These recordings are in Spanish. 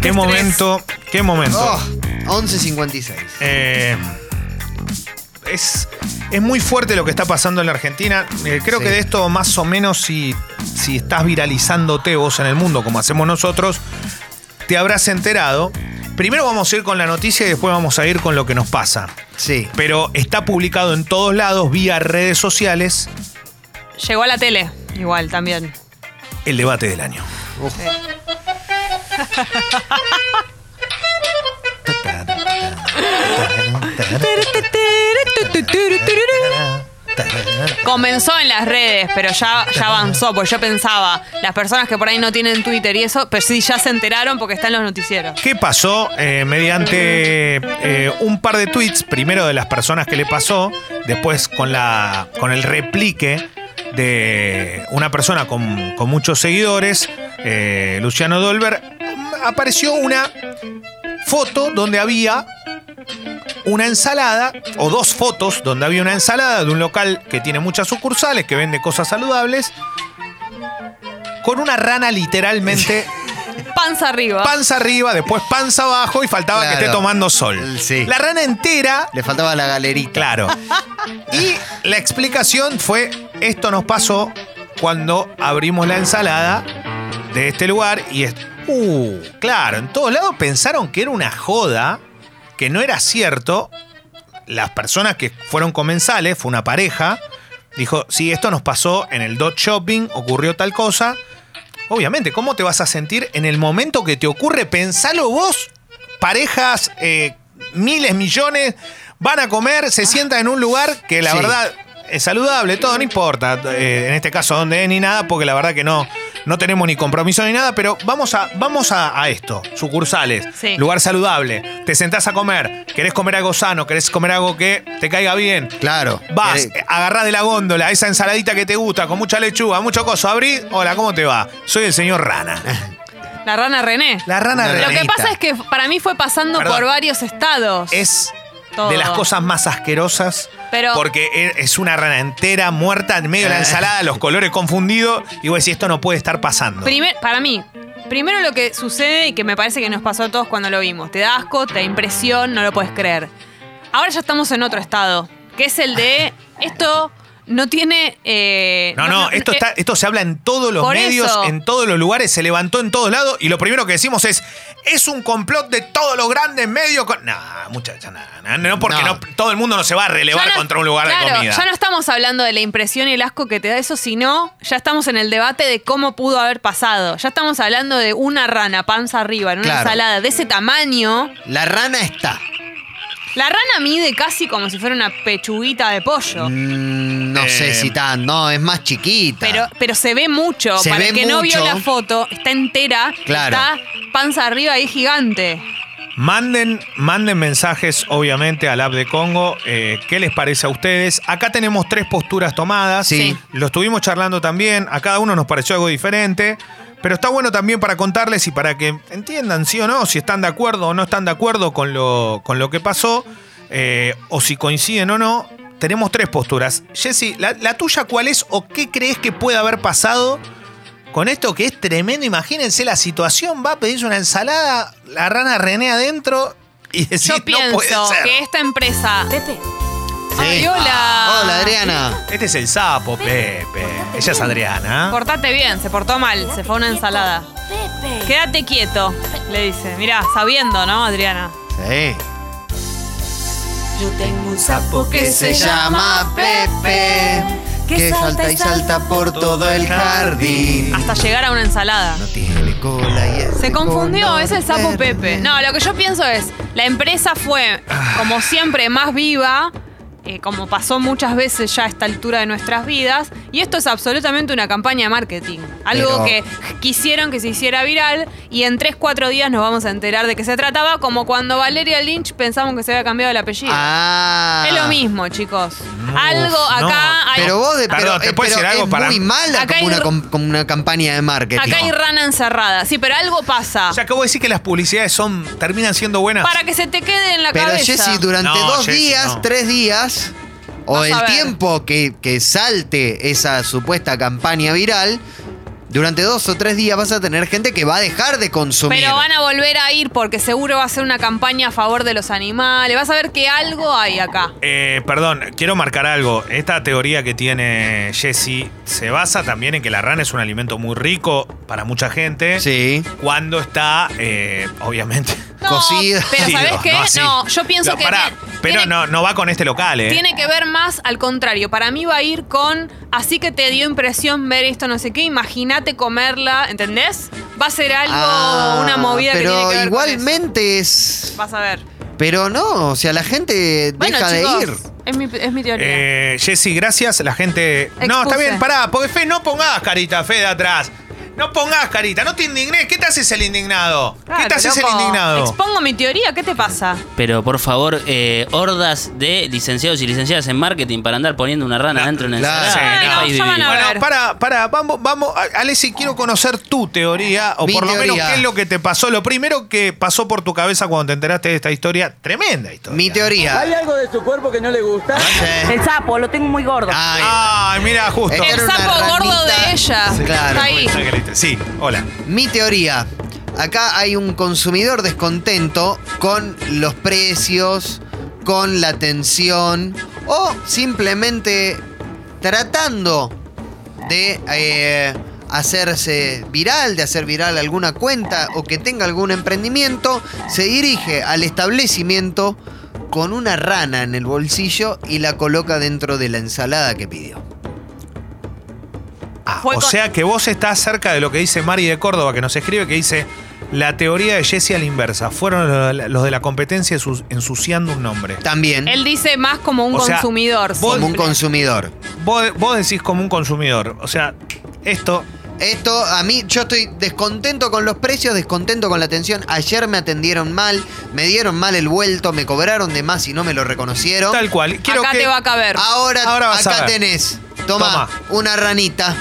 Qué momento, qué momento. Oh, 11.56. Eh, es, es muy fuerte lo que está pasando en la Argentina. Eh, creo Sí. que de esto más o menos si, si estás viralizándote vos en el mundo, como hacemos nosotros, te habrás enterado. Primero vamos a ir con la noticia y después vamos a ir con lo que nos pasa. Sí. Pero está publicado en todos lados, vía redes sociales, Llegó a la tele, igual también. el debate del año. Uf. Comenzó en las redes, pero ya, ya avanzó, porque yo pensaba, las personas que por ahí no tienen Twitter y eso, pero sí ya se enteraron porque están los noticieros. ¿Qué pasó? Eh, mediante eh, un par de tweets, primero de las personas que le pasó, después con, la, con el replique de una persona con, con muchos seguidores, eh, Luciano Dolber, apareció una foto donde había una ensalada, o dos fotos donde había una ensalada de un local que tiene muchas sucursales, que vende cosas saludables, con una rana literalmente Panza arriba. panza arriba, después panza abajo y faltaba Ah. Claro. que esté tomando sol. Sí. La rana entera, Le faltaba la galerita. claro. y la explicación fue, esto nos pasó cuando abrimos la ensalada de este lugar y es... Uh, claro, en todos lados pensaron que era una joda, que no era cierto. Las personas que fueron comensales, fue una pareja, dijo, sí, esto nos pasó en el Dot Shopping, ocurrió tal cosa. Obviamente, ¿cómo te vas a sentir en el momento que te ocurre? Pensalo vos, parejas, eh, miles, millones, van a comer, se sientan en un lugar que la Sí. verdad es saludable, todo, no importa eh, en este caso dónde es ni nada, porque la verdad que no, no tenemos ni compromiso ni nada, pero vamos a, vamos a, a esto, sucursales, Sí. lugar saludable, te sentás a comer, querés comer algo sano, querés comer algo que te caiga bien, Claro. Vas, Eh, eh, agarrá de la góndola esa ensaladita que te gusta, con mucha lechuga, mucho coso. Abrí, hola, ¿cómo te va? Soy el señor Rana. La rana René. La Rana Lo Lo René que ranita. pasa es que para mí fue pasando Perdón. por varios estados. es Todo. de las cosas más asquerosas. Pero- porque e- es una rana entera, muerta, en Eh. medio de la ensalada, los colores confundidos. Y vos decís, esto no puede estar pasando. Primer- para mí, primero lo que sucede y que me parece que nos pasó a todos cuando lo vimos. Te da asco, te da impresión, no lo puedes creer. Ahora ya estamos en otro estado, que es el de esto no tiene... eh, No, no, esto, eh, está, esto se habla en todos los Por medios, eso. en todos los lugares, se levantó en todos lados y lo primero que decimos es, es un complot de todos los grandes medios. con-". No, muchachos, no, no, no, porque No. no- todo el mundo no se va a ya relevar no- contra un lugar de claro, comida. Ya no estamos hablando de la impresión y el asco que te da eso, sino ya estamos en el debate de cómo pudo haber pasado. Ya estamos hablando de una rana panza arriba en una Claro. ensalada de ese tamaño. La rana está. La rana mide casi como si fuera una pechuguita de pollo. Mm, No sé Eh, si tan. No, es más chiquita. Pero, pero se ve mucho. Se Para ve el que no vio mucho. la foto, está entera. Claro. Está panza arriba y gigante. Manden, manden mensajes, obviamente, al app de Congo. eh, ¿Qué les parece a ustedes? Acá tenemos tres posturas tomadas. Sí. Sí. Lo estuvimos charlando también. A cada uno nos pareció algo diferente. Pero está bueno también para contarles y para que entiendan sí o no, si están de acuerdo o no están de acuerdo con lo, con lo que pasó, eh, o si coinciden o no. Tenemos tres posturas. Jesse, ¿la, la tuya cuál es o qué crees que puede haber pasado con esto que es tremendo? Imagínense la situación, va a pedirse una ensalada, la rana René adentro y decís, Yo no puede pienso ser". que esta empresa. Pepe. Sí. Ay, hola. Hola, Adriana. Este es el sapo, Pepe. Ella es Adriana. Portate bien, se portó mal, se fue a una ensalada. Quédate quieto, le dice. Mirá, sabiendo, ¿no, Adriana? Sí. Yo tengo un sapo Que se llama Pepe. Que salta y salta por todo el jardín. Hasta llegar a una ensalada. No tiene cola y es Se de confundió, color es el sapo verde. Pepe. No, lo que yo pienso es, la empresa fue, Ah. como siempre, más viva, eh, como pasó muchas veces ya a esta altura de nuestras vidas, y esto es absolutamente una campaña de marketing. Algo Pero- que quisieron que se hiciera viral y en 3-4 días nos vamos a enterar de qué se trataba, como cuando Valeria Lynch pensamos que se había cambiado el apellido. Ah. Es lo mismo, chicos. Algo Uf, no. acá... hay- Pero vos de Perdón, pero, ¿te eh, puedo pero decir algo es para- muy mala Acá como hay una, ro- com- como una campaña de marketing. Acá hay rana encerrada, sí, pero algo pasa. O sea, acabo de decir que las publicidades son terminan siendo buenas. Para que se te quede en la Pero cabeza. Jessy, durante No, dos Jessy, días, no. tres días, o Vas a el ver. tiempo que, que salte esa supuesta campaña viral, Durante dos o tres días vas a tener gente que va a dejar de consumir. Pero van a volver a ir porque seguro va a ser una campaña a favor de los animales. Vas a ver que algo hay acá. Eh, perdón, quiero marcar algo. Esta teoría que tiene Jesse se basa también en que la rana es un alimento muy rico para mucha gente. Sí. Cuando está, eh, obviamente. No, Cocida. Pero cocido, ¿sabes qué? No, así. yo pienso No, que. pará, tiene- pero tiene- no, no va con este local, ¿eh? Tiene que ver más al contrario. Para mí va a ir con. Así que te dio impresión ver esto, no sé qué. Imagínate comerla, ¿entendés? Va a ser algo, Ah, una movida que pero tiene que ver con eso. igualmente es. Vas a ver. Pero no, o sea, la gente Bueno, deja chicos, de ir. Es mi, es mi teoría. Eh, Jessy, gracias. La gente. No, está Expuse. bien, pará, porque Fe, no pongas carita, Fe, de atrás. No pongas carita, no te indignes. ¿Qué te haces el indignado? ¿Qué te Claro, haces el loco. indignado? Expongo mi teoría, ¿qué te pasa? Pero por favor, eh, hordas de licenciados y licenciadas en marketing para andar poniendo una rana dentro de una la- ensalada. sí, ¿Qué no, país ya van vivimos? a ver. Bueno, para, para, vamos, vamos. A- Alessi, quiero conocer tu teoría, o Mi por lo menos teoría. qué es lo que te pasó. Lo primero que pasó por tu cabeza cuando te enteraste de esta historia, tremenda historia. Mi teoría. ¿Hay algo de su cuerpo que no le gusta? Sí. El sapo, lo tengo muy gordo. Ay, Ah, Ay, mira, justo. Era El una sapo gordo ranita. de ella. Sí, claro. Está ahí. Sí, hola. Mi teoría. Acá hay un consumidor descontento con los precios, con la atención o simplemente tratando de eh, hacerse viral, de hacer viral alguna cuenta o que tenga algún emprendimiento, se dirige al establecimiento con una rana en el bolsillo y la coloca dentro de la ensalada que pidió. Ah, Fue o con- sea que vos estás cerca de lo que dice Mari de Córdoba, que nos escribe, que dice, la teoría de Jesse a la inversa, fueron lo- los de la competencia ensu- ensuciando un nombre. También Él dice más como un O sea, consumidor. vos- como un siempre. consumidor. Vos, vos decís como un consumidor, o sea, esto... Esto a mí, yo estoy descontento con los precios, descontento con la atención. Ayer me atendieron mal, me dieron mal el vuelto, me cobraron de más y no me lo reconocieron. Tal cual. Quiero Acá que- Ah. te va a caber. Ahora, Ahora vas a acá ver. tenés, toma, Toma. una ranita.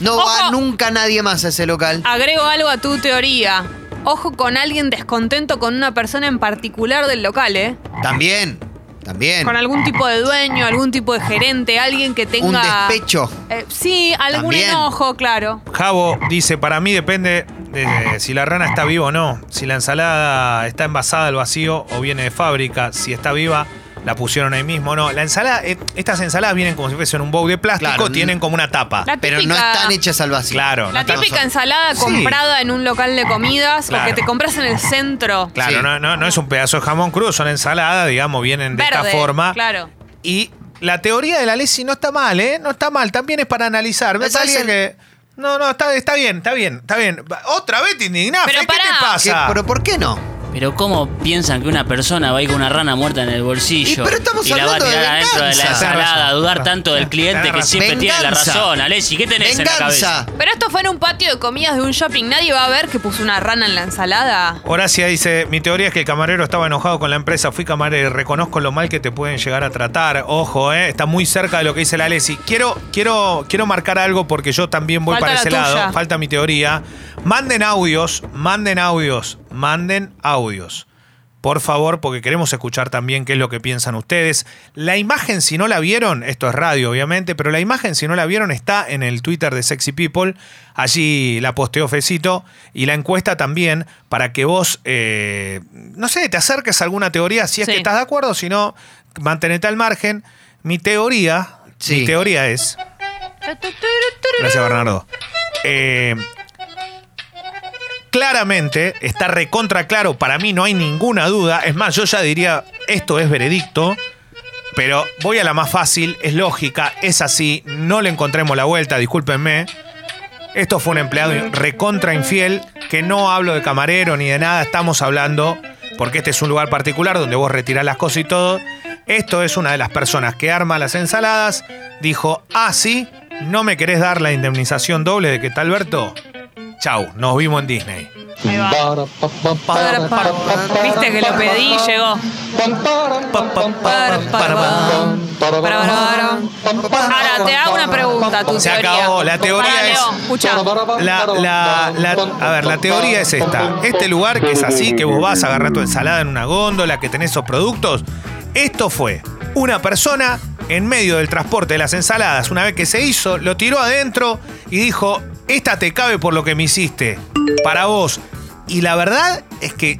No va Ojo. nunca nadie más a ese local. Agrego algo a tu teoría. Ojo con alguien descontento con una persona en particular del local, ¿eh? Ah. También, también. Con algún tipo de dueño, algún tipo de gerente, alguien que tenga. Un despecho. Eh, sí, algún También. enojo, claro. Javo dice, para mí depende de si la rana está viva o no, si la ensalada está envasada al vacío o viene de fábrica, si está viva, la pusieron ahí mismo o no. La ensalada, eh, estas ensaladas vienen como si fuesen un bowl de plástico, Claro, tienen como una tapa. La Pero no típica- están hechas al vacío. Claro, La no están- típica ensalada Sí. comprada en un local de comidas o Claro. que te compras en el centro. Claro, Sí. no, no, no es un pedazo de jamón crudo, son ensalada, digamos, vienen de Verde, esta forma. Claro. Y la teoría de la Lesi no está mal, ¿eh? No está mal, también es para analizar. Me Es alguien- parece que. No, no, está, está bien, está bien, está bien. Otra vez te indignás, Pero Fede, ¿qué pará. te Que- pasa? pero ¿por qué no? Pero ¿cómo piensan que una persona va a ir con una rana muerta en el bolsillo Y pero estamos y la va a hablando de tirar adentro de la venganza. Tenés ensalada? razón. Dudar tanto del cliente Tenés que razón. siempre tiene la Venganza. razón. Alessi, ¿qué tenés en la Venganza. cabeza? Pero esto fue en un patio de comidas de un shopping. Nadie va a ver que puso una rana en la ensalada. Horacia dice, mi teoría es que el camarero estaba enojado con la empresa, fui camarero y reconozco lo mal que te pueden llegar a tratar. Ojo, eh, está muy cerca de lo que dice la Lesi. Quiero, quiero, quiero marcar algo porque yo también voy Falta para la ese tuya. lado. Falta mi teoría. Manden audios, manden audios, manden audios. Por favor, porque queremos escuchar también qué es lo que piensan ustedes. La imagen, si no la vieron, esto es radio obviamente, pero la imagen, si no la vieron, está en el Twitter de Sexy People. Allí la posteó Fecito y la encuesta también para que vos, eh, no sé, te acerques a alguna teoría, si es Sí. que estás de acuerdo, si no, mantenete al margen. Mi teoría, Sí. mi teoría es... Gracias, Bernardo. Eh, claramente, está recontra claro, para mí no hay ninguna duda. Es más, yo ya diría, esto es veredicto, pero voy a la más fácil, es lógica, es así, no le encontremos la vuelta, discúlpenme. Esto fue un empleado recontra infiel, que no hablo de camarero ni de nada, estamos hablando, porque este es un lugar particular donde vos retirás las cosas y todo. Esto es una de las personas que arma las ensaladas, dijo, ah, sí, no me querés dar la indemnización doble de que está Alberto. Chau, nos vimos en Disney. Ahí va. Viste que lo pedí y llegó. Ahora te hago una pregunta, tu Se teoría. acabó, la teoría Pará, Leo, es- escuchá. La, la- la- a ver, la teoría es esta. Este lugar que es así, que vos vas a agarrar tu ensalada en una góndola, que tenés esos productos. Esto fue una persona en medio del transporte de las ensaladas, una vez que se hizo, lo tiró adentro y dijo, esta te cabe por lo que me hiciste, para vos. Y la verdad es que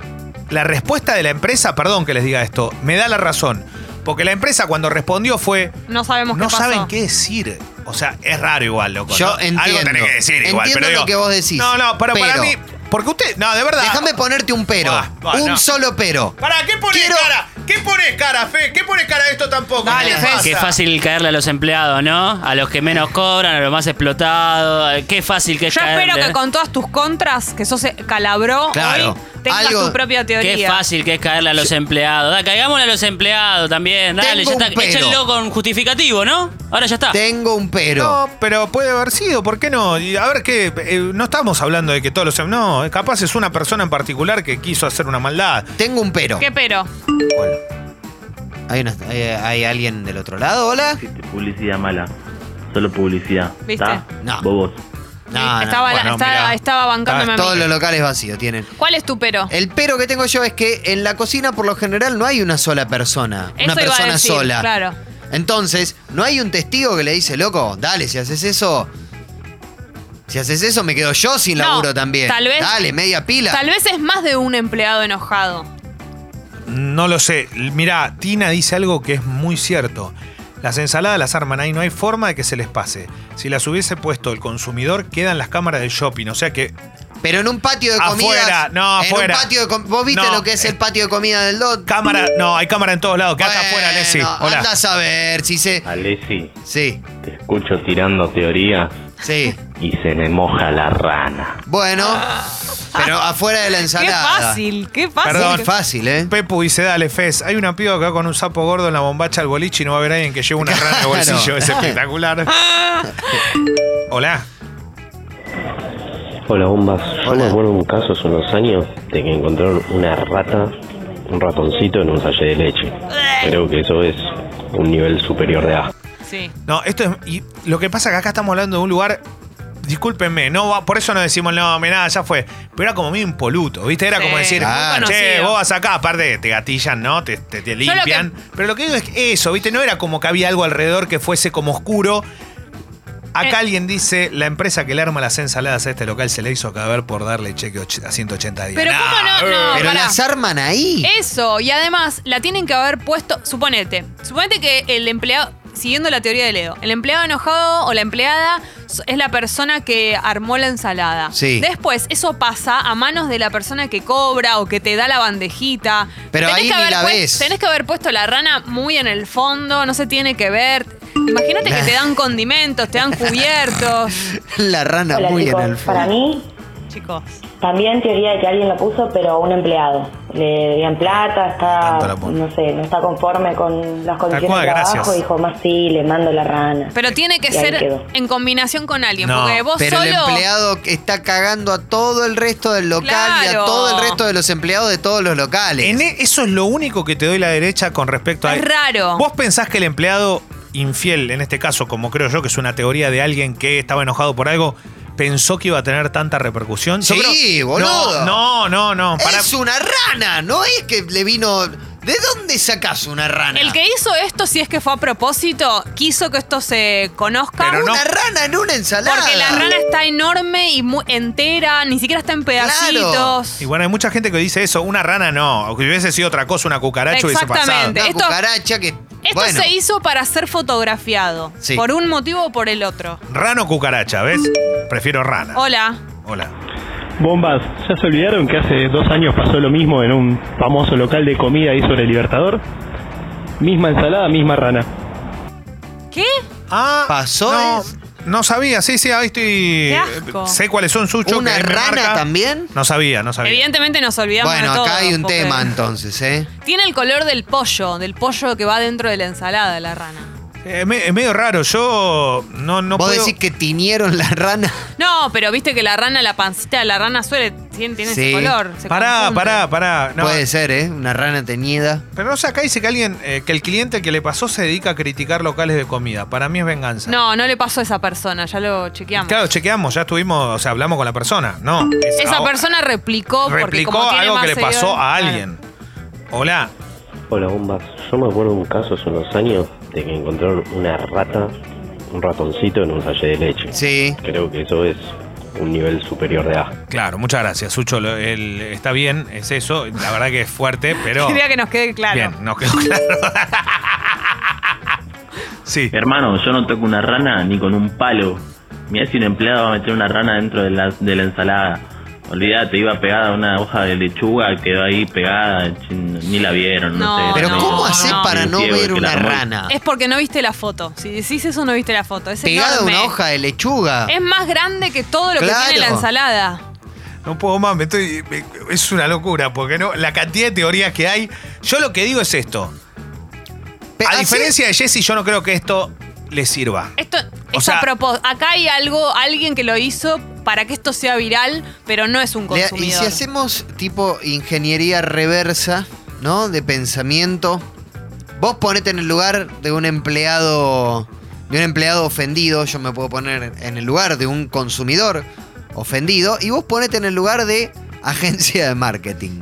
la respuesta de la empresa, perdón que les diga esto, me da la razón. Porque la empresa cuando respondió fue, No sabemos no qué pasó. saben qué decir. O sea, es raro igual, loco. Yo ¿no? Algo entiendo. tenés que decir igual. Entiendo pero digo, lo que vos decís, No, no, pero, para pero- mí... Porque usted... No, de verdad. Déjame ponerte un pero. Buah, buah, un no. solo pero. Pará, ¿qué pones Quiero- cara? ¿Qué pones cara, Fe? ¿Qué pones cara de esto tampoco? Dale, ¿Qué Fe. pasa? Qué fácil caerle a los empleados, ¿no? A los que menos cobran, a los más explotados. Qué fácil que es Yo espero caerle. ¿eh? que con todas tus contras, que sos calabró, Claro. hoy tengas Algo- tu propia teoría. Qué fácil que es caerle a los empleados. Da, caigámosle a los empleados también. Dale, Tengo ya un está. pero. Échenlo con justificativo, ¿no? Ahora ya está. Tengo un pero. No, pero puede haber sido, ¿por qué no? Y a ver qué, eh, no estamos hablando de que todos los... No, capaz es una persona en particular que quiso hacer una maldad. Tengo un pero. ¿Qué pero? ¿Hay, una- eh, ¿Hay alguien del otro lado? ¿Hola? Hiciste publicidad mala. Solo publicidad. ¿Viste? ¿Tá? No. Bobos. No, no. estaba, la- bueno, estaba- mirá. estaba bancándome a mí. Todos los locales vacíos tienen. ¿Cuál es tu pero? El pero que tengo yo es que en la cocina por lo general no hay una sola persona. Eso iba una a persona decir, sola. claro. Entonces, no hay un testigo que le dice, loco, dale, si haces eso. Si haces eso, me quedo yo sin No, laburo también. tal vez- Dale, media pila. Tal vez es más de un empleado enojado. No lo sé. Mirá, Tina dice algo que es muy cierto. Las ensaladas las arman ahí, no hay forma de que se les pase. Si las hubiese puesto el consumidor, quedan las cámaras del shopping. O sea que. Pero en un patio de comidas. Afuera, no, afuera. En un patio de com- Vos viste No, lo que es eh, el patio de comida del DOT. Cámara. No, hay cámara en todos lados. Quédate afuera, Lessi. Hola. Anda a saber si se. Alessi, Sí, te escucho tirando teorías sí. y se me moja la rana. Bueno, pero afuera de la ensalada. Ah. Qué fácil, qué fácil. Perdón. Muy fácil, ¿eh? Pepu dice, dale, Fez, hay una piba que va con un sapo gordo en la bombacha al boliche y no va a haber alguien que lleve una rana de bolsillo. Es espectacular. Hola. Hola, bombas. Yo Hola. me acuerdo de un caso hace unos años de que encontraron una rata, un ratoncito en un sallé de leche. Creo que eso es un nivel superior de asco. Sí. No, esto es. Y lo que pasa es que acá estamos hablando de un lugar. Discúlpenme, no va- por eso no decimos no, me nada, ya fue. Pero era como medio impoluto, ¿viste? Era Sí, como decir, muy "Ah, che, conocido". vos vas acá, aparte te gatillan, ¿no? Te, te- te lo limpian. Pero lo que digo es que eso, ¿viste? No era como que había algo alrededor que fuese como oscuro. Acá Eh. alguien dice, la empresa que le arma lasensaladas a este local se le hizo caber por darle cheque och- a 180 días. Pero Nah, cómo no, no, Pero pará. Eh. las arman ahí. Eso, y además la tienen que haber puesto, suponete, suponete que el empleado, siguiendo la teoría de Leo, el empleado enojado o la empleada so- es la persona que armó la ensalada. Sí. Después, eso pasa a manos de la persona que cobra o que te da la bandejita. Pero ahí ni haber la pues- ves. Tenés que haber puesto la rana muy en el fondo, no se tiene que ver. Imagínate que te dan condimentos, te dan cubiertos. La rana Hola, muy chicos. en el Para fondo. mí, Chicos. también teoría de que alguien lo puso, pero un empleado. Le dieron plata, Tanto la está, pone. no sé, no está conforme con las condiciones cual, de trabajo. gracias. Dijo, más sí, le mando la rana. Pero tiene que Y ahí ser quedó. en combinación con alguien, No, porque vos Pero solo... el empleado que está cagando a todo el resto del local y a Claro. todo el resto de los empleados de todos los locales. En e- eso es lo único que te doy la derecha con respecto a. Es raro. ¿Vos pensás que el empleado infiel, en este caso, como creo yo, que es una teoría de alguien que estaba enojado por algo, pensó que iba a tener tanta repercusión? Yo Sí, creo- boludo. No, no, no. no. Pará. Es una rana, no es que le vino. ¿De dónde sacás una rana? El que hizo esto, si es que fue a propósito, quiso que esto se conozca. Pero no- Una rana en una ensalada. Porque la rana está enorme y mu- entera, ni siquiera está en pedacitos. Y bueno, hay mucha gente que dice eso. Una rana no. O que hubiese sido otra cosa, una cucaracha hubiese pasado. Exactamente. Una Esto- cucaracha que. Esto bueno, se hizo para ser fotografiado. Sí. Por un motivo o por el otro. Rana o cucaracha, ¿ves? Prefiero rana. Hola. Hola. Bombas, ¿ya se olvidaron que hace dos años pasó lo mismo en un famoso local de comida ahí sobre Libertador? Misma ensalada, misma rana. ¿Qué? Ah, ¿Pasó No, eso? no sabía. Sí, sí, ahí estoy. eh, asco. Sé cuáles son sus choques. ¿Una me rana marca. también? No sabía, no sabía. Evidentemente nos olvidamos Bueno, de acá todo, hay un porque tema entonces, ¿eh? Tiene el color del pollo, del pollo que va dentro de la ensalada la rana. Eh, me- es medio raro, yo no, no Vos puedo. decís que tiñeron la rana. No, pero viste que la rana, la pancita de la rana suele, tiene, tiene ese Sí. color. se pará, confunde. pará, pará. No, Puede ser, ¿eh? Una rana teñida. Pero no sé, acá dice que alguien, eh, que el cliente que le pasó se dedica a criticar locales de comida. Para mí es venganza. No, no le pasó a esa persona, ya lo chequeamos. Claro, chequeamos, ya estuvimos, o sea, hablamos con la persona. No. es Esa ahora. persona replicó, porque replicó como tiene algo más que le seguidores- pasó a alguien. Hola. Hola, bombas. Yo me acuerdo de un caso hace unos años de que encontraron una rata, un ratoncito en un sallé de leche. Sí. Creo que eso es un nivel superior de asco. Claro, muchas gracias, Sucho. Lo- el- está bien, es eso. La verdad que es fuerte, pero. Quería que nos quede claro. Bien, nos quedó claro. Sí. Hermano, yo no toco una rana ni con un palo. Mirá si un empleado va a meter una rana dentro de la, de la ensalada. Olvídate, iba pegada a una hoja de lechuga, quedó ahí pegada, chin, ni la vieron, no, No, sé. Pero no, ¿cómo haces no. para Un no ciego ver que la una armó. rana? Es porque no viste la foto. Si decís eso, no viste la foto. Es Pegada a enorme. una hoja de lechuga. Es más grande que todo lo Claro. que tiene la ensalada. No puedo más, me estoy. me- es una locura, porque no, la cantidad de teorías que hay. Yo lo que digo es esto. Pe- A así- diferencia de Jesse, yo no creo que esto le sirva. Esto O es sea- a propósito. Acá hay algo, alguien que lo hizo para que esto sea viral, pero no es un Le- consumidor. Y si hacemos tipo ingeniería reversa, ¿no? De pensamiento. Vos ponete en el lugar de un empleado. De un empleado ofendido. Yo me puedo poner en el lugar de un consumidor ofendido. Y vos ponete en el lugar de agencia de marketing.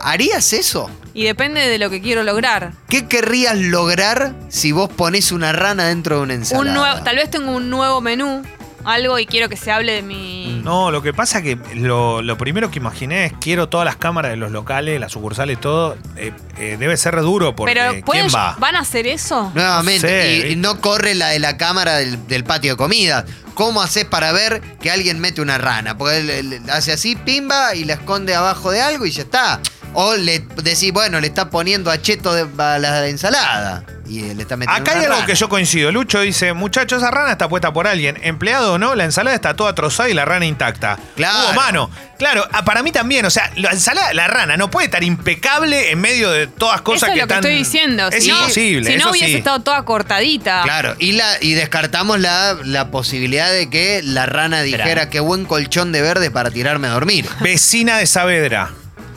¿Harías eso? Y depende de lo que quiero lograr. ¿Qué querrías lograr si vos ponés una rana dentro de una ensalada? Un nuevo, tal vez tengo un nuevo menú, algo y quiero que se hable de mi. No, lo que pasa que lo, lo primero que imaginé es quiero todas las cámaras de los locales, las sucursales, todo. Eh, eh, debe ser duro porque pero ¿quién ¿pueden- va? ¿van a hacer eso? No sé, Nuevamente, y- y, ¿viste? no corre la de la cámara del, del patio de comida. ¿Cómo haces para ver que alguien mete una rana? Porque él, él hace así, pimba, y la esconde abajo de algo y ya está. O le decís, bueno, le está poniendo acheto de, a la ensalada. Y él le está metiendo Acá hay una algo rana. que yo coincido. Lucho dice, muchachos, esa rana está puesta por alguien. Empleado o no, la ensalada está toda trozada y la rana intacta. Claro. Hubo mano. Claro, ah, para mí también. O sea, la ensalada, la rana no puede estar impecable en medio de todas Eso cosas es que lo que están... estoy diciendo. Es si no- imposible. si no eso hubiese sí. estado toda cortadita. Claro, y, la, y descartamos la, la posibilidad de que la rana dijera qué buen colchón de verde para tirarme a dormir. Vecina de Saavedra.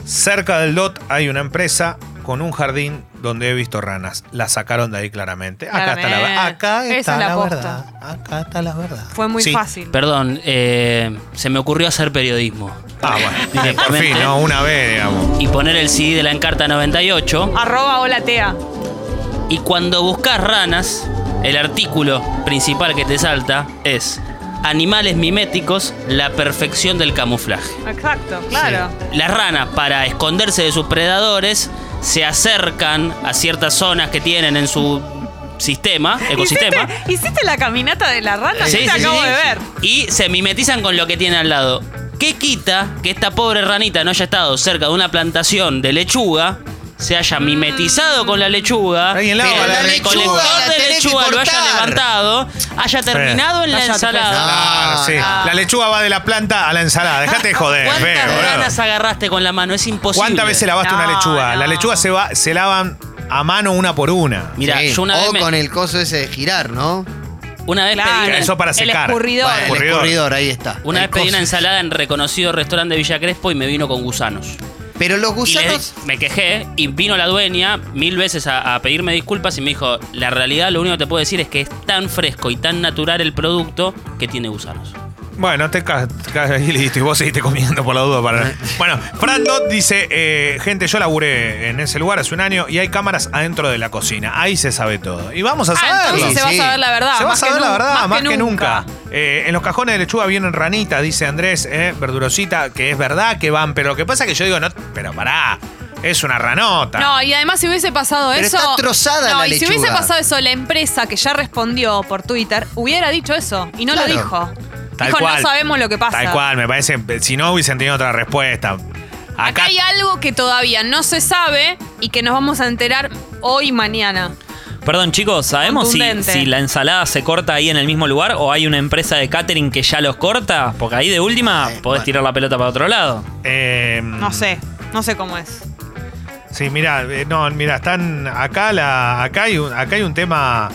Cerca del lot hay una empresa con un jardín donde he visto ranas. La sacaron de ahí claramente. Acá está la verdad. Claramente. Acá Esa está es la la, posta. verdad. Acá está la verdad. Fue muy Sí. fácil. Perdón, eh, se me ocurrió hacer periodismo. Ah, bueno. Por Directamente. fin, ¿no? Una vez, digamos. Y poner el CD de la Encarta 98. Arroba hola tea. Y cuando buscas ranas, el artículo principal que te salta es Animales miméticos, la perfección del camuflaje. Exacto, claro. Las ranas, para esconderse de sus predadores, se acercan a ciertas zonas que tienen en su sistema, ecosistema. ¿Hiciste, hiciste la caminata de la rana? Sí, Yo te sí, acabo sí. de ver. Y se mimetizan con lo que tiene al lado. ¿Qué quita que esta pobre ranita no haya estado cerca de una plantación de lechuga? Se haya mimetizado con la lechuga. Ahí en la pero hora, la el recolector lechuga la de tenés que lechuga lo haya cortar. levantado, haya terminado en la Cállate, ensalada. Ah, Claro, sí. La lechuga va de la planta a la ensalada. Dejate de joder, ¿Cuántas feo, boludo. ranas agarraste con la mano? Es imposible. ¿Cuántas veces lavaste una No, lechuga? no. La lechuga se, va, se lavan a mano una por una. Mira, Sí, yo una vez, o me- con el coso ese de girar, ¿no? una vez pedí una, Eso para el secar. escurridor. Bueno, el Escurridor. escurridor, ahí está. una, El vez pedí coso. una ensalada en reconocido restaurante de Villa Crespo y me vino con gusanos. Pero los Y le- gusanos. me quejé y vino la dueña mil veces a, a pedirme disculpas y me dijo, la realidad lo único que te puedo decir es que es tan fresco y tan natural el producto que tiene gusanos. Bueno, te caes ahí listo y vos seguiste comiendo por la duda. Para... Bueno, Fran Dot dice, eh, gente, yo laburé en ese lugar hace un año y hay cámaras adentro de la cocina. Ahí se sabe todo. Y vamos a Ah, saberlo. entonces se va Sí. a saber la verdad. Se va a más que saber la nun- verdad, más, que, nunca. Eh, en los cajones de lechuga vienen ranitas, dice Andrés, eh, verdurosita, que es verdad que van, pero lo que pasa es que yo digo, no, pero pará, es una ranota. No, y además si hubiese pasado Pero eso. está trozada no, la y lechuga. si hubiese pasado eso, la empresa que ya respondió por Twitter hubiera dicho eso y no Claro. lo dijo. Tal dijo, cual. no sabemos lo que pasa. Tal cual, me parece, si no hubiesen tenido otra respuesta. Acá hay algo que todavía no se sabe y que nos vamos a enterar hoy mañana. Perdón, chicos, ¿sabemos si, Contundente. si la ensalada se corta ahí en el mismo lugar o hay una empresa de catering que ya los corta? Porque ahí de última Eh, podés bueno. tirar la pelota para otro lado. eh, No sé, no sé cómo es. Sí, mira, no, mira, están acá la acá hay un acá hay un tema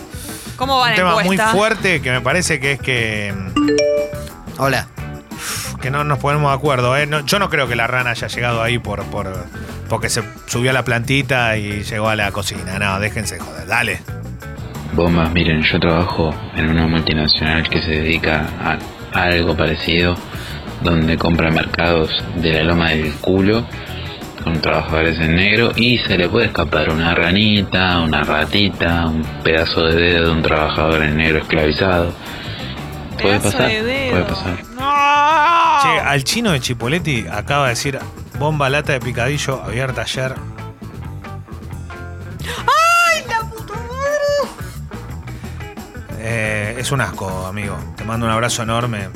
¿Cómo va un la tema muy encuesta? fuerte que me parece que es que Hola. que no nos ponemos de acuerdo, ¿eh? No, yo no creo que la rana haya llegado ahí por por porque se subió a la plantita y llegó a la cocina. No, déjense de joder, dale. Bombas, miren, yo trabajo en una multinacional que se dedica a algo parecido, donde compra mercados de la loma del culo con trabajadores en negro y se le puede escapar una ranita, una ratita, un pedazo de dedo de un trabajador en negro esclavizado. Puede Pedazo pasar, de dedo. puede pasar. No. Che, al chino de Chipoletti acaba de decir bomba lata de picadillo abierta ayer. ¡Ay, la puta madre! Eh, es un asco, amigo. Te mando un abrazo enorme.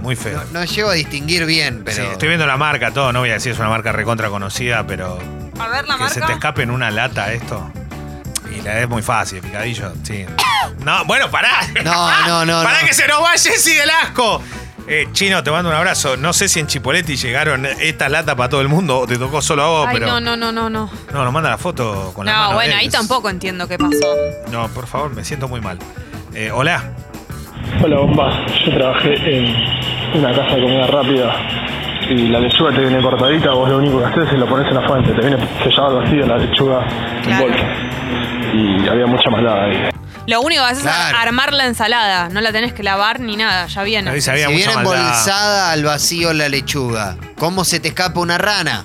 Muy feo. No llego a distinguir bien, pero. Sí, estoy viendo la marca, todo. No voy a decir es una marca recontra conocida, pero A ver la que se te marca. escape en una lata esto. Y la es muy fácil, picadillo. Sí. No, bueno, pará. No, no, no. Ah, Pará no. que se nos va Jessy del asco. Eh, Chino, te mando un abrazo. No sé si en Chipoletti llegaron estas latas para todo el mundo o te tocó solo a vos, Ay, pero. no, no, no, no, no. No, nos manda la foto con la No, mano bueno, él. ahí tampoco entiendo qué pasó. No, por favor, me siento muy mal. Eh, hola. Hola bomba, yo trabajé en una casa de comida rápida y la lechuga te viene cortadita, vos lo único que haces es lo pones en la fuente, te viene sellada al vacío la lechuga en bolsa. Y había mucha maldad ahí. Lo único que haces Claro. es armar la ensalada. No la tenés que lavar ni nada, ya viene. Ahí se había Si mucha viene maldad. embolsada al vacío la lechuga, ¿cómo se te escapa una rana?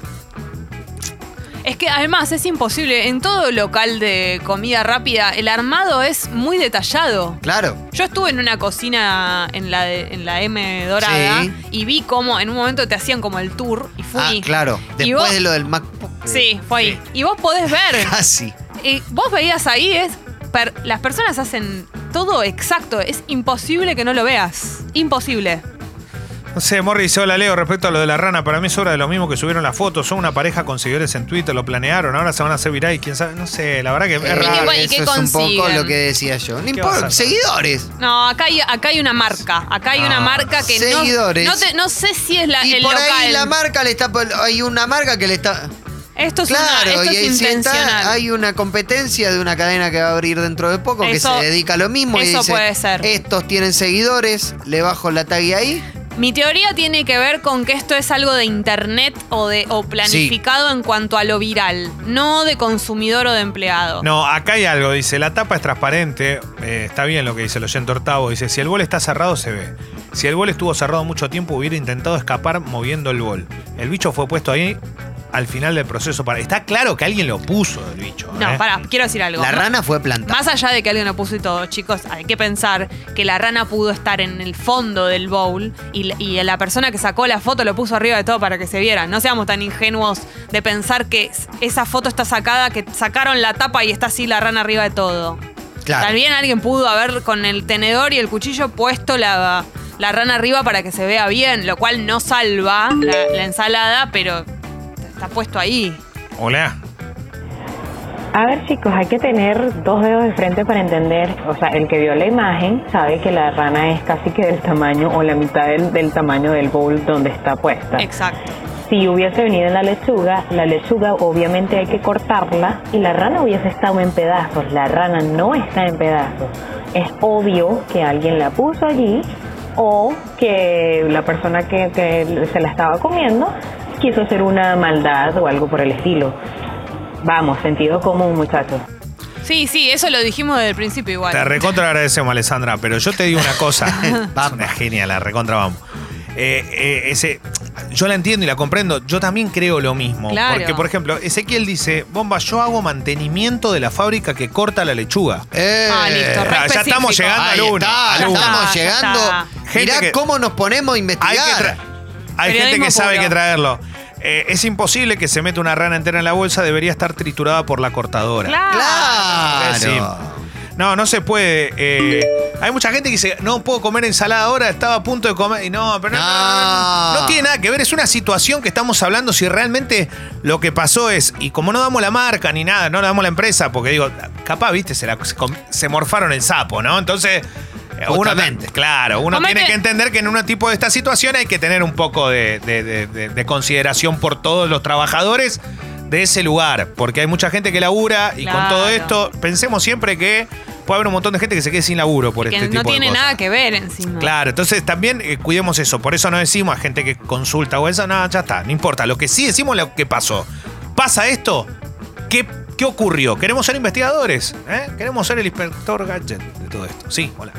Es que además es imposible. En todo local de comida rápida, el armado es muy detallado. Claro. Yo estuve en una cocina en la, de- en la M Dorada Sí. y vi cómo en un momento te hacían como el tour y fui. Ah, claro. Y Después vos- de lo del MacBook. Sí, fue ahí. Y vos podés ver. Casi. Y vos veías ahí, es per- las personas hacen todo exacto. Es imposible que no lo veas. Imposible. No sé, Morri dice, hola Leo, respecto a lo de la rana, para mí es obra de lo mismo que subieron las fotos. Son una pareja con seguidores en Twitter, lo planearon, ahora se van a hacer viral y quién sabe, no sé, la verdad que Eh, es raro. ¿y qué eso es un poco consiguen? lo que decía yo. No ¿Qué vas a importa, hacer? seguidores. No, acá hay, acá hay una marca. Acá hay una Ah, marca que no- seguidores. no. te- no sé si es la, y el por local. ahí la marca le está. Hay una marca que le está. Esto es, una- Claro, esto y es ahí sí está, intencional. hay una competencia de una cadena que va a abrir dentro de poco Eso- que se dedica a lo mismo. y eso dice, puede ser. Estos tienen seguidores, le bajo la tag ahí. Mi teoría tiene que ver con que esto es algo de internet o de o planificado en cuanto a lo viral, no de consumidor o de empleado. No, acá hay algo, dice, la tapa es transparente, eh, está bien lo que dice el oyente Ortavo, dice, si el bol está cerrado se ve. Si el bol estuvo cerrado mucho tiempo hubiera intentado escapar moviendo el bol. El bicho fue puesto ahí al final del proceso. Para... Está claro que alguien lo puso el bicho. No, ¿eh? pará, quiero decir algo. La rana fue plantada. Más allá de que alguien lo puso y todo, chicos, hay que pensar que la rana pudo estar en el fondo del bowl y, la- y la persona que sacó la foto lo puso arriba de todo para que se viera. No seamos tan ingenuos de pensar que s- esa foto está sacada, que sacaron la tapa y está así la rana arriba de todo. Claro. También alguien pudo haber con el tenedor y el cuchillo puesto la, la rana arriba para que se vea bien, lo cual no salva la, la ensalada, pero está puesto ahí. Hola. A ver chicos, hay que tener dos dedos de frente para entender, o sea, el que vio la imagen sabe que la rana es casi que del tamaño o la mitad del, del tamaño del bowl donde está puesta. Exacto. Si hubiese venido la lechuga, la lechuga obviamente hay que cortarla y la rana hubiese estado en pedazos, la rana no está en pedazos. Es obvio que alguien la puso allí o que la persona que, que se la estaba comiendo quiso hacer una maldad o algo por el estilo. Vamos, sentido común muchachos. Sí, sí, eso lo dijimos desde el principio igual. Te recontra agradecemos, Alessandra, pero yo te digo una cosa. Vamos. Es genial, la recontra vamos. Eh, eh, ese, yo la entiendo y la comprendo. Yo también creo lo mismo. Claro. Porque, por ejemplo, Ezequiel dice: Bomba, yo hago mantenimiento de la fábrica que corta la lechuga. Eh, Ah, listo, re ya específico. estamos llegando ahí al uno. está, al uno. Estamos Ya está. llegando. Gente Mirá que- cómo nos ponemos a investigar. Hay, que tra- hay gente Periodismo que sabe puro. que traerlo. Eh, es imposible que se meta una rana entera en la bolsa, debería estar triturada por la cortadora. Claro. Claro. Sí. No, no se puede. eh, hay mucha gente que dice, no puedo comer ensalada ahora, estaba a punto de comer. Y no, pero no, no, no, no, no. No tiene nada que ver, es una situación que estamos hablando si realmente lo que pasó es, y como no damos la marca ni nada, no damos la empresa, porque digo, capaz, viste, se, la- se com- se morfaron el sapo, ¿no? Entonces, eh, uno, Justamente. claro, uno Comete- tiene que entender que en un tipo de esta situación hay que tener un poco de, de- de- de- de consideración por todos los trabajadores de ese lugar, porque hay mucha gente que labura y con todo Claro. esto pensemos siempre que puede haber un montón de gente que se quede sin laburo por que este tipo no de tiene cosas. nada que ver encima. Claro, entonces también eh, cuidemos eso. Por eso no decimos a gente que consulta o eso, no, ya está, no importa. Lo que sí decimos es lo que pasó. ¿Pasa esto? ¿Qué, qué ocurrió? ¿Queremos ser investigadores? ¿eh? ¿Queremos ser el inspector gadget de todo esto? Sí, hola.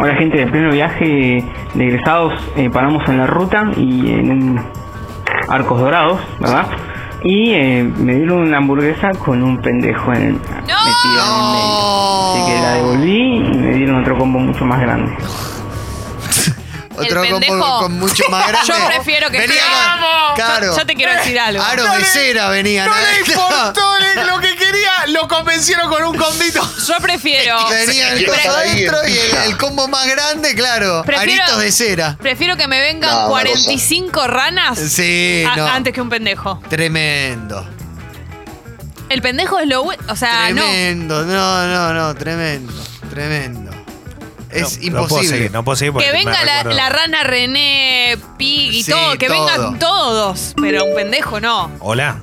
Hola gente, en pleno viaje de egresados eh, paramos en la ruta y en un Arcos Dorados, ¿verdad? Y eh, me dieron una hamburguesa con un pendejo en el, metido en el medio. Así que la devolví y me dieron otro combo mucho más grande. Otro el combo pendejo. con mucho más grande. Yo prefiero que Venía sea- con- Claro. Yo, yo te quiero decir algo. Aro No le- Becera venía. No ¿no? le importó le- lo que quería, lo convencieron con un condito. Yo prefiero. Venía el Pre- coso adentro y el, pija. el combo más grande, claro. Prefiero- Aritos de cera. Prefiero que me vengan No, una 45 ranas Sí, a- Eh, no. Ah, antes que un pendejo. Tremendo. El pendejo es lo. bu- O sea, Ah, no. Tremendo. No, no, no. Tremendo. Tremendo. Es No puedo imposible. seguir, no puedo seguir porque Que me venga la, recuerdo. la rana René, Pig y Sí, todo. Que todo. vengan todos. Pero un pendejo no. Hola.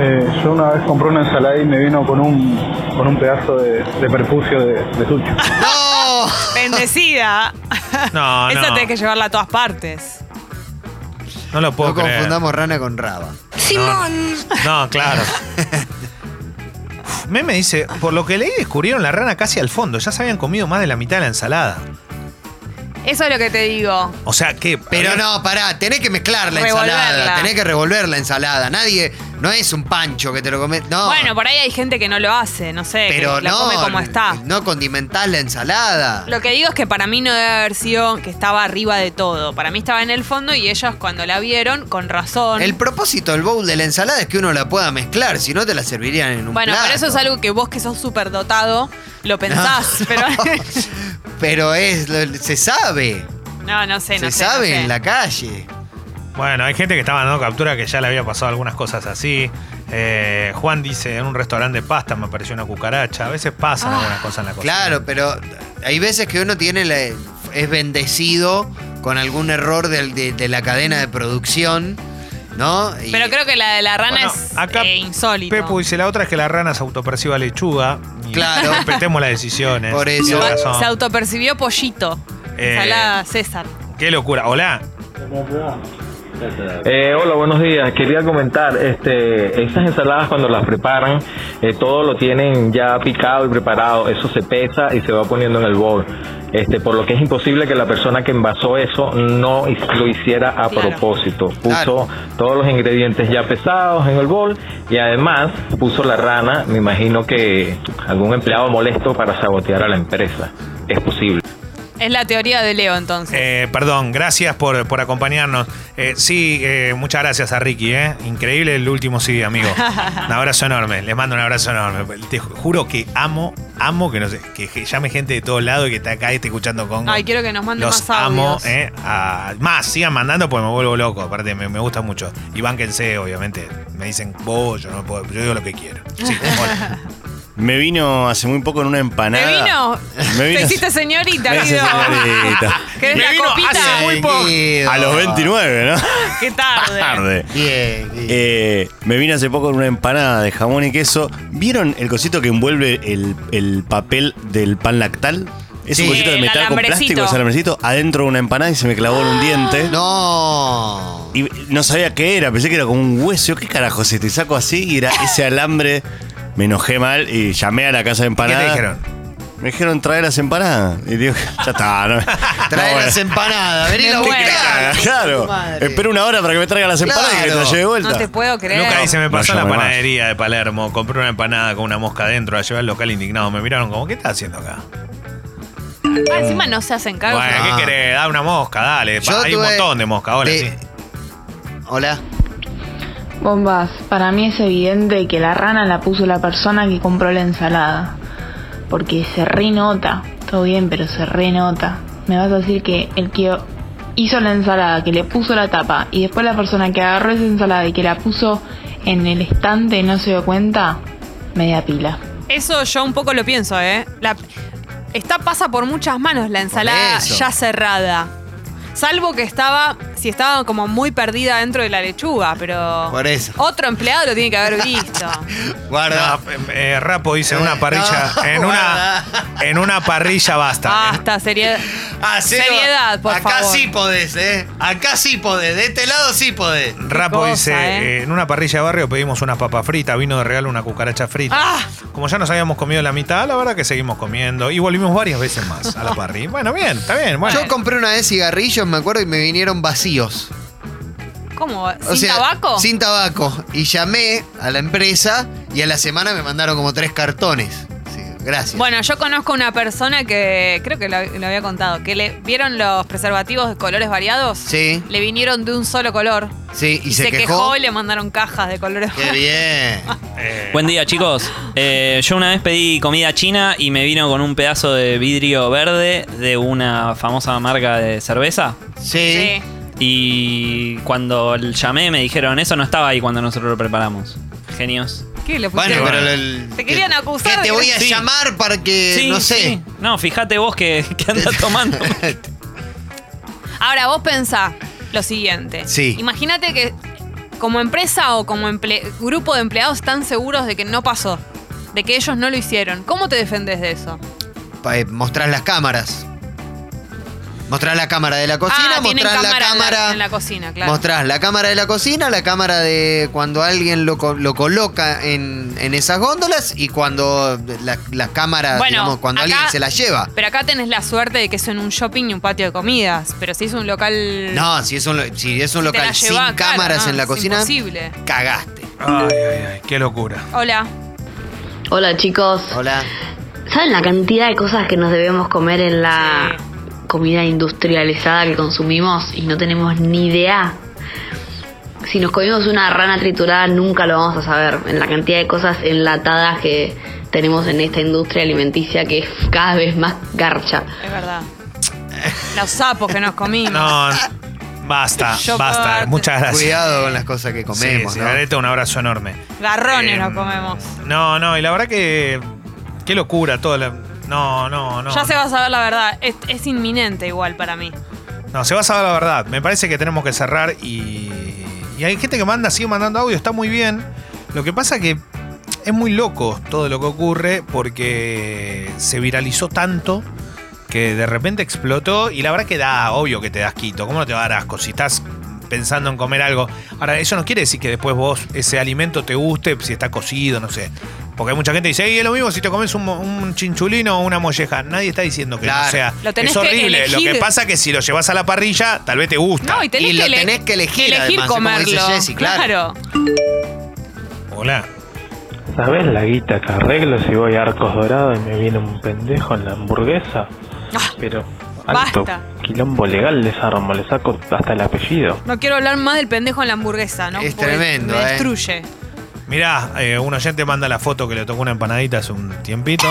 Eh, yo una vez compré una ensalada y me vino con un, con un pedazo de, de perfucio de, de sushi. ¡No! Bendecida. No, Esa Ah, no. tenés que llevarla a todas partes. No lo puedo No creer. confundamos rana con raba. Simón. No, claro. Uf, Meme dice, por lo que leí descubrieron la rana casi al fondo, ya se habían comido más de la mitad de la ensalada. Eso es lo que te digo. O sea, que... Pero no, pará, tenés que mezclar la Revolverla. ensalada, tenés que revolver la ensalada. Nadie, no es un pancho que te lo comes. No, Bueno, por ahí hay gente que no lo hace, no sé, pero que la no, come como está. no condimentás la ensalada. Lo que digo es que para mí no debe haber sido que estaba arriba de todo. Para mí estaba en el fondo y ellos cuando la vieron, con razón. El propósito del bowl de la ensalada es que uno la pueda mezclar, si no te la servirían en un bueno, plato. pero eso es algo que vos que sos súper dotado lo pensás, No. pero Pero es, lo- se sabe, no, no sé, se no sé. sabe no sé. en la calle. Bueno, hay gente que estaba dando captura que ya le había pasado algunas cosas así. Eh, Juan dice, en un restaurante de pasta me apareció una cucaracha. A veces pasan Ah. algunas cosas en la cocina. Claro, pero hay veces que uno tiene la- es bendecido con algún error del- de, de la cadena de producción, ¿no? Y- Pero creo que la de la rana Bueno, es acá eh, insólito. Pepo dice, la otra es que la rana se autoperciba lechuga. Y Claro. Respetemos las decisiones. Por eso. Tiene razón. Se autopercibió pollito. Eh. Salada César. Qué locura. Hola. Eh, hola, buenos días. Quería comentar, este, estas ensaladas cuando las preparan, eh, todo lo tienen ya picado y preparado. Eso se pesa y se va poniendo en el bowl. Este, por lo que es imposible que la persona que envasó eso no hi- lo hiciera a Claro. propósito. Puso todos los ingredientes ya pesados en el bowl y además puso la rana. Me imagino que algún empleado molesto para sabotear a la empresa. Es posible. Es la teoría de Leo entonces. Eh, perdón, gracias por, por acompañarnos. Eh, sí, eh, muchas gracias a Ricky, ¿eh? Increíble el último sí, amigo. Un abrazo enorme, les mando un abrazo enorme. Te ju- juro que amo, amo que, nos, que je- llame gente de todos lados y que está acá y esté escuchando Congo. Ay, quiero que nos manden Los más amo, audios. ¿eh? A- más, sigan mandando porque me vuelvo loco. Aparte, me, me gusta mucho. Y bánquense, obviamente. Me dicen, vos, yo no puedo, yo digo lo que quiero. Sí, hola. Me vino hace muy poco en una ¿Te empanada. vino? Me vino Te hiciste señorita, Me hice Guido. señorita. ¿Querés la copita? A los 29, ¿no? Qué tarde. Tarde. Bien, Eh, me vino hace poco en una empanada de jamón y queso. ¿Vieron el cosito que envuelve el, el papel del pan lactal? Es Sí, un cosito de el metal con alambrecito. plástico, ese alambrecito, adentro de una empanada y se me clavó en un diente. ¡No! Y no sabía qué era, pensé que era como un hueso. ¿Qué carajo es esto? Y saco así y era ese alambre. Me enojé mal y llamé a la casa de empanadas. ¿Qué te dijeron? Me dijeron traer las empanadas. Y digo, ya está. No, Trae no, las bueno. empanadas, vení la ¿Qué buscar. querés que haga? Tu Claro. madre. Espero una hora para que me traigan las empanadas y que te las lleve de vuelta. No te puedo creer. Luca dice, me No pasó en la llame más. panadería de Palermo, compré una empanada con una mosca adentro, la llevé al local indignado, me miraron como, ¿qué estás haciendo acá? Ah, encima no se hacen cargo. Bueno, ¿qué querés? Da una mosca, dale. Yo Hay un tuve montón de mosca, ahora de- sí. Hola. Bombas, para mí es evidente que la rana la puso la persona que compró la ensalada. Porque se renota. Todo bien, pero se renota. Me vas a decir que el que hizo la ensalada, que le puso la tapa, y después la persona que agarró esa ensalada y que la puso en el estante no se dio cuenta, media pila. Eso yo un poco lo pienso, ¿eh? La- está pasa por muchas manos la ensalada eso. ya cerrada. Salvo que estaba, si estaba como muy perdida dentro de la lechuga, pero. Por eso. Otro empleado lo tiene que haber visto. Guarda. eh, eh, Rapo dice, en una parrilla, Ah, no, en una en una parrilla basta. Basta, seriedad. Hacelo. Seriedad, por Ah, Acá favor. sí podés, ¿eh? Acá sí podés, de este lado sí podés. Rapo dice, eh, en una parrilla de barrio pedimos unas papas fritas, vino de regalo una cucaracha frita. Ah. Como ya nos habíamos comido la mitad, la verdad que seguimos comiendo y volvimos varias veces más a la parrilla. Bueno, bien, está bien. Bueno. Yo compré una vez cigarrillos, me acuerdo, y me vinieron vacíos. ¿Cómo? ¿Sin O sea, tabaco? Sin tabaco. Y llamé a la empresa y a la semana me mandaron como tres cartones. Sí, gracias. Bueno, yo conozco una persona que creo que lo, lo había contado, que le vieron los preservativos de colores variados. Sí. Le vinieron de un solo color. Sí, y, se, quejó? y le mandaron cajas de colores Qué bien. Buen día, chicos. Eh, yo una vez pedí comida china y me vino con un pedazo de vidrio verde de una famosa marca de cerveza. Sí. Y cuando llamé me dijeron, eso no estaba ahí cuando nosotros lo preparamos. Genios. ¿Qué le Bueno, pusieron? pero el- Te querían acusar. ¿Qué te de- voy a llamar para que, Sí, Eh, no sé? sí. No, fíjate vos que, que andas tomando. Ahora, vos pensá lo siguiente. Sí. Imagínate que como empresa o como emple- grupo de empleados están seguros de que no pasó, de que ellos no lo hicieron. ¿Cómo te defendés de eso? Pa- eh, mostrás las cámaras. Mostrás la cámara de la cocina, ah, tienen mostrás la cámara en la- cámara. en la cocina, claro. Mostrás la cámara de la cocina, la cámara de cuando alguien lo, co- lo coloca en, en esas góndolas y cuando la, la cámara, Bueno, digamos, cuando acá- alguien se la lleva. Pero acá tenés la suerte de que eso en un shopping y un patio de comidas. Pero si es un local. No, si es un, lo- si es un te la local sin llevá, claro, cámaras no, en la es cocina, Imposible. cagaste. Ay, ay, ay, qué locura. Hola. Hola chicos. Hola. ¿Saben la cantidad de cosas que nos debemos comer en la comida industrializada que consumimos y no tenemos ni idea? Si nos comimos una rana triturada nunca lo vamos a saber. En la cantidad de cosas enlatadas que tenemos en esta industria alimenticia que es cada vez más garcha. Es verdad. Los sapos que nos comimos. No, basta, Yo basta. parte. Muchas gracias. Cuidado con las cosas que comemos, Sí, sí, ¿no? Areta, un abrazo enorme. Garrones Eh, nos comemos. No, no, y la verdad que. Qué locura toda la. No, no, no. ya se va a saber la verdad. Es, es inminente igual para mí. No, se va a saber la verdad. Me parece que tenemos que cerrar y. Y hay gente que manda, sigue mandando audio, está muy bien. Lo que pasa que es muy loco todo lo que ocurre porque se viralizó tanto que de repente explotó y la verdad que da, obvio que te das quito. ¿Cómo no te va a dar asco si estás pensando en comer algo? Ahora, eso no quiere decir que después vos ese alimento te guste, si está cocido, no sé. Porque hay mucha gente que dice, "Ey, es lo mismo si te comes un, mo- un chinchulino o una molleja. Nadie está diciendo que Claro. no sea. Lo tenés es que horrible. lo que elegir. pasa que si lo llevas a la parrilla, tal vez te gusta. No, y tenés Y lo que ele- tenés que elegir, elegir además, como dice comerlo. Jessy, claro. Hola. ¿Sabes la guita que arreglo si voy a Arcos Dorados y me viene un pendejo en la hamburguesa? Ah, Pero alto Basta. quilombo legal les armo, le saco hasta el apellido. No quiero hablar más del pendejo en la hamburguesa, ¿no? Es Porque tremendo, Me eh. destruye. Mirá, eh, un oyente manda la foto que le tocó una empanadita hace un tiempito.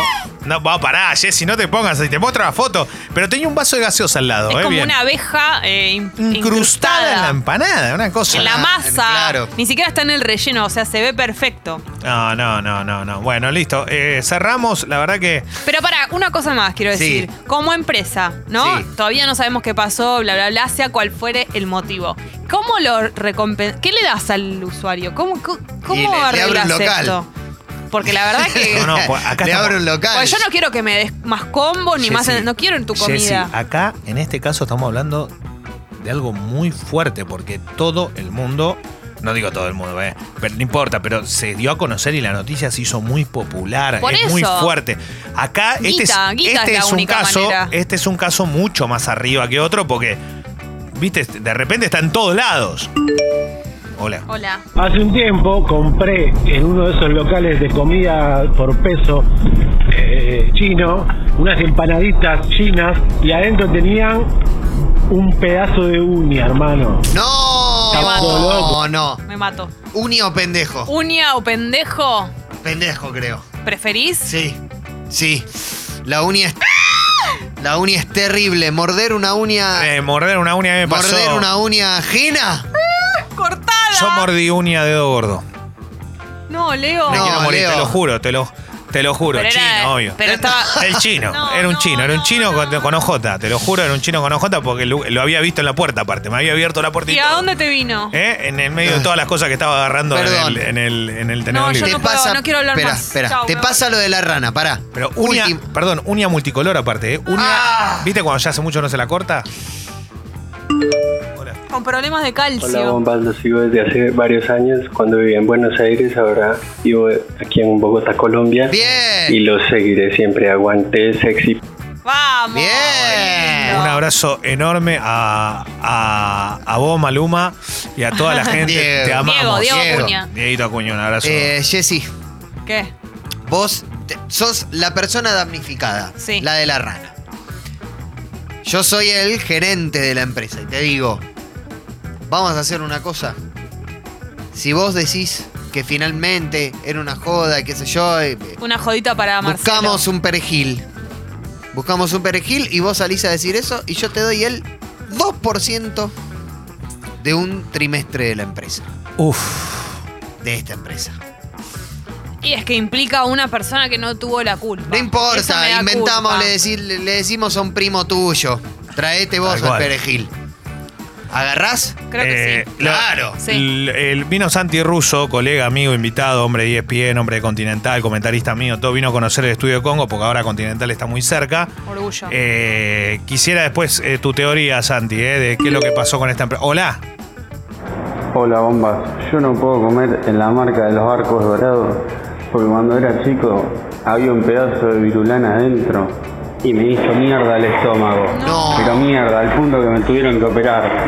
No, va, pará, Jessy, no te pongas ahí. Te muestro la foto. Pero tenía un vaso de gaseosa al lado, Es eh, como bien. una abeja eh, in- Incrustada en la empanada, una cosa. En la Ah, masa. claro. Ni siquiera está en el relleno, o sea, se ve perfecto. No, no, no, no, no. Bueno, listo. Eh, cerramos. La verdad que. Pero para, una cosa más quiero Sí. decir. Como empresa, ¿no? Sí. Todavía no sabemos qué pasó, bla, bla, bla, sea cual fuere el motivo. ¿Cómo lo recompensas? ¿Qué le das al usuario? ¿Cómo, co- cómo Y le- le abro arreglas un local. esto? Porque la verdad que. No, no, pues acá Le estamos- abro un local. Pues yo no quiero que me des más combo ni más. Jessy, No quiero en tu Jessy, comida. acá, en este caso, estamos hablando de algo muy fuerte, porque todo el mundo, no digo todo el mundo, eh, pero no importa, pero se dio a conocer y la noticia se hizo muy popular, Por es muy eso. fuerte. Acá, este Guita, es, guita este es la es un única caso, manera. este es un caso mucho más arriba que otro, porque, viste, de repente está en todos lados. Hola. Hola. Hace un tiempo compré en uno de esos locales de comida por peso eh, chino unas empanaditas chinas y adentro tenían un pedazo de uni, hermano. No, Me mato. no, no. Me mato. Uni o pendejo. ¿Unia o pendejo? Pendejo, creo. ¿Preferís? Sí. Sí. La uni es. La uni es terrible. Morder una uña. Eh, morder una uña me pasó. Ah. Morder una uña ajena. ¡Cortada! Yo mordí uña de dedo gordo. No, Leo. Me quiero morir, te lo juro, te lo, te lo juro. Pero chino, era- obvio. pero estaba- El chino, era un chino, era un chino con, con OJ, te lo juro, era un chino con OJ porque lo, lo había visto en la puerta aparte, me había abierto la puerta y ¿Y a dónde te vino? ¿Eh? En el medio de todas las cosas que estaba agarrando en Perdón. el, en el, en el tenedor No, yo libre. no puedo, no quiero hablar espera, más. espera. Chau, Te me pasa lo de la rana, pará. Pero uña, perdón, uña multicolor aparte, ¿eh? Uña- Ah. ¿Viste cuando ya hace mucho no se la corta? voy. Con problemas de calcio. Hola bombas, los sigo desde hace varios años cuando vivía en Buenos Aires, ahora vivo aquí en Bogotá, Colombia. Y los seguiré siempre, aguante sexy. ¡Vamos! Eh. ¡Bien! Un abrazo enorme a, a, a vos, Maluma, y a toda la gente. Diego. Te amamos. Diego, Diego Acuña. Eh, Dieguito Acuña, un abrazo. Eh, Jessy, ¿Qué? Eh, vos te- sos la persona damnificada, la de la rana. Yo soy el gerente de la empresa y te digo, vamos a hacer una cosa. Si vos decís que finalmente era una joda, y qué sé yo, eh, y- Una jodita para Marcelo. buscamos un perejil. Buscamos un perejil y vos salís a decir eso y yo te doy el 2% de un trimestre de la empresa. Uf. De esta empresa. Y es que implica a una persona que no tuvo la culpa. No importa, inventamos, le, decí- le- le decimos a un primo tuyo. Traete vos Tal el cual. perejil. ¿Agarrás? Eh, la- Claro. l- el vino Santi Russo, colega, amigo, invitado, hombre de E ESPN, hombre de Continental, comentarista mío, todo vino a conocer el estudio de Congo porque ahora Continental está muy cerca. Orgullo. Eh, quisiera después eh, tu teoría, Santi, eh, de qué es lo que pasó con esta empresa. Hola. Hola bombas, yo no puedo comer en la marca de los barcos dorados porque cuando era chico había un pedazo de virulana adentro y me hizo mierda el estómago. Pero mierda, al punto que me tuvieron que operar.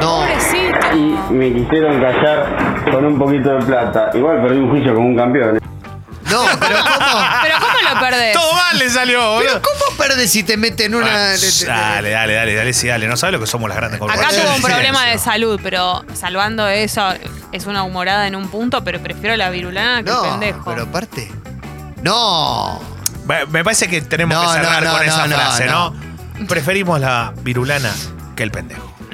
Y Eh, me quisieron callar con un poquito de plata. Igual perdí un juicio como un campeón. No, pero ¿cómo? pero ¿cómo lo perdés? Ah, Todo mal le salió, Ah, Pero ¿cómo perdés si te meten una. Dale, dale, dale, dale, sí, dale. No sabes lo que somos las grandes Acá corporaciones. tuvo un problema de salud, pero salvando eso, es una humorada en un punto, pero prefiero la virulana que el pendejo. Pero aparte. ¡No! Me, me parece que tenemos No, que cerrar no, no, con esa no, no, frase, no, Preferimos la virulana que el pendejo.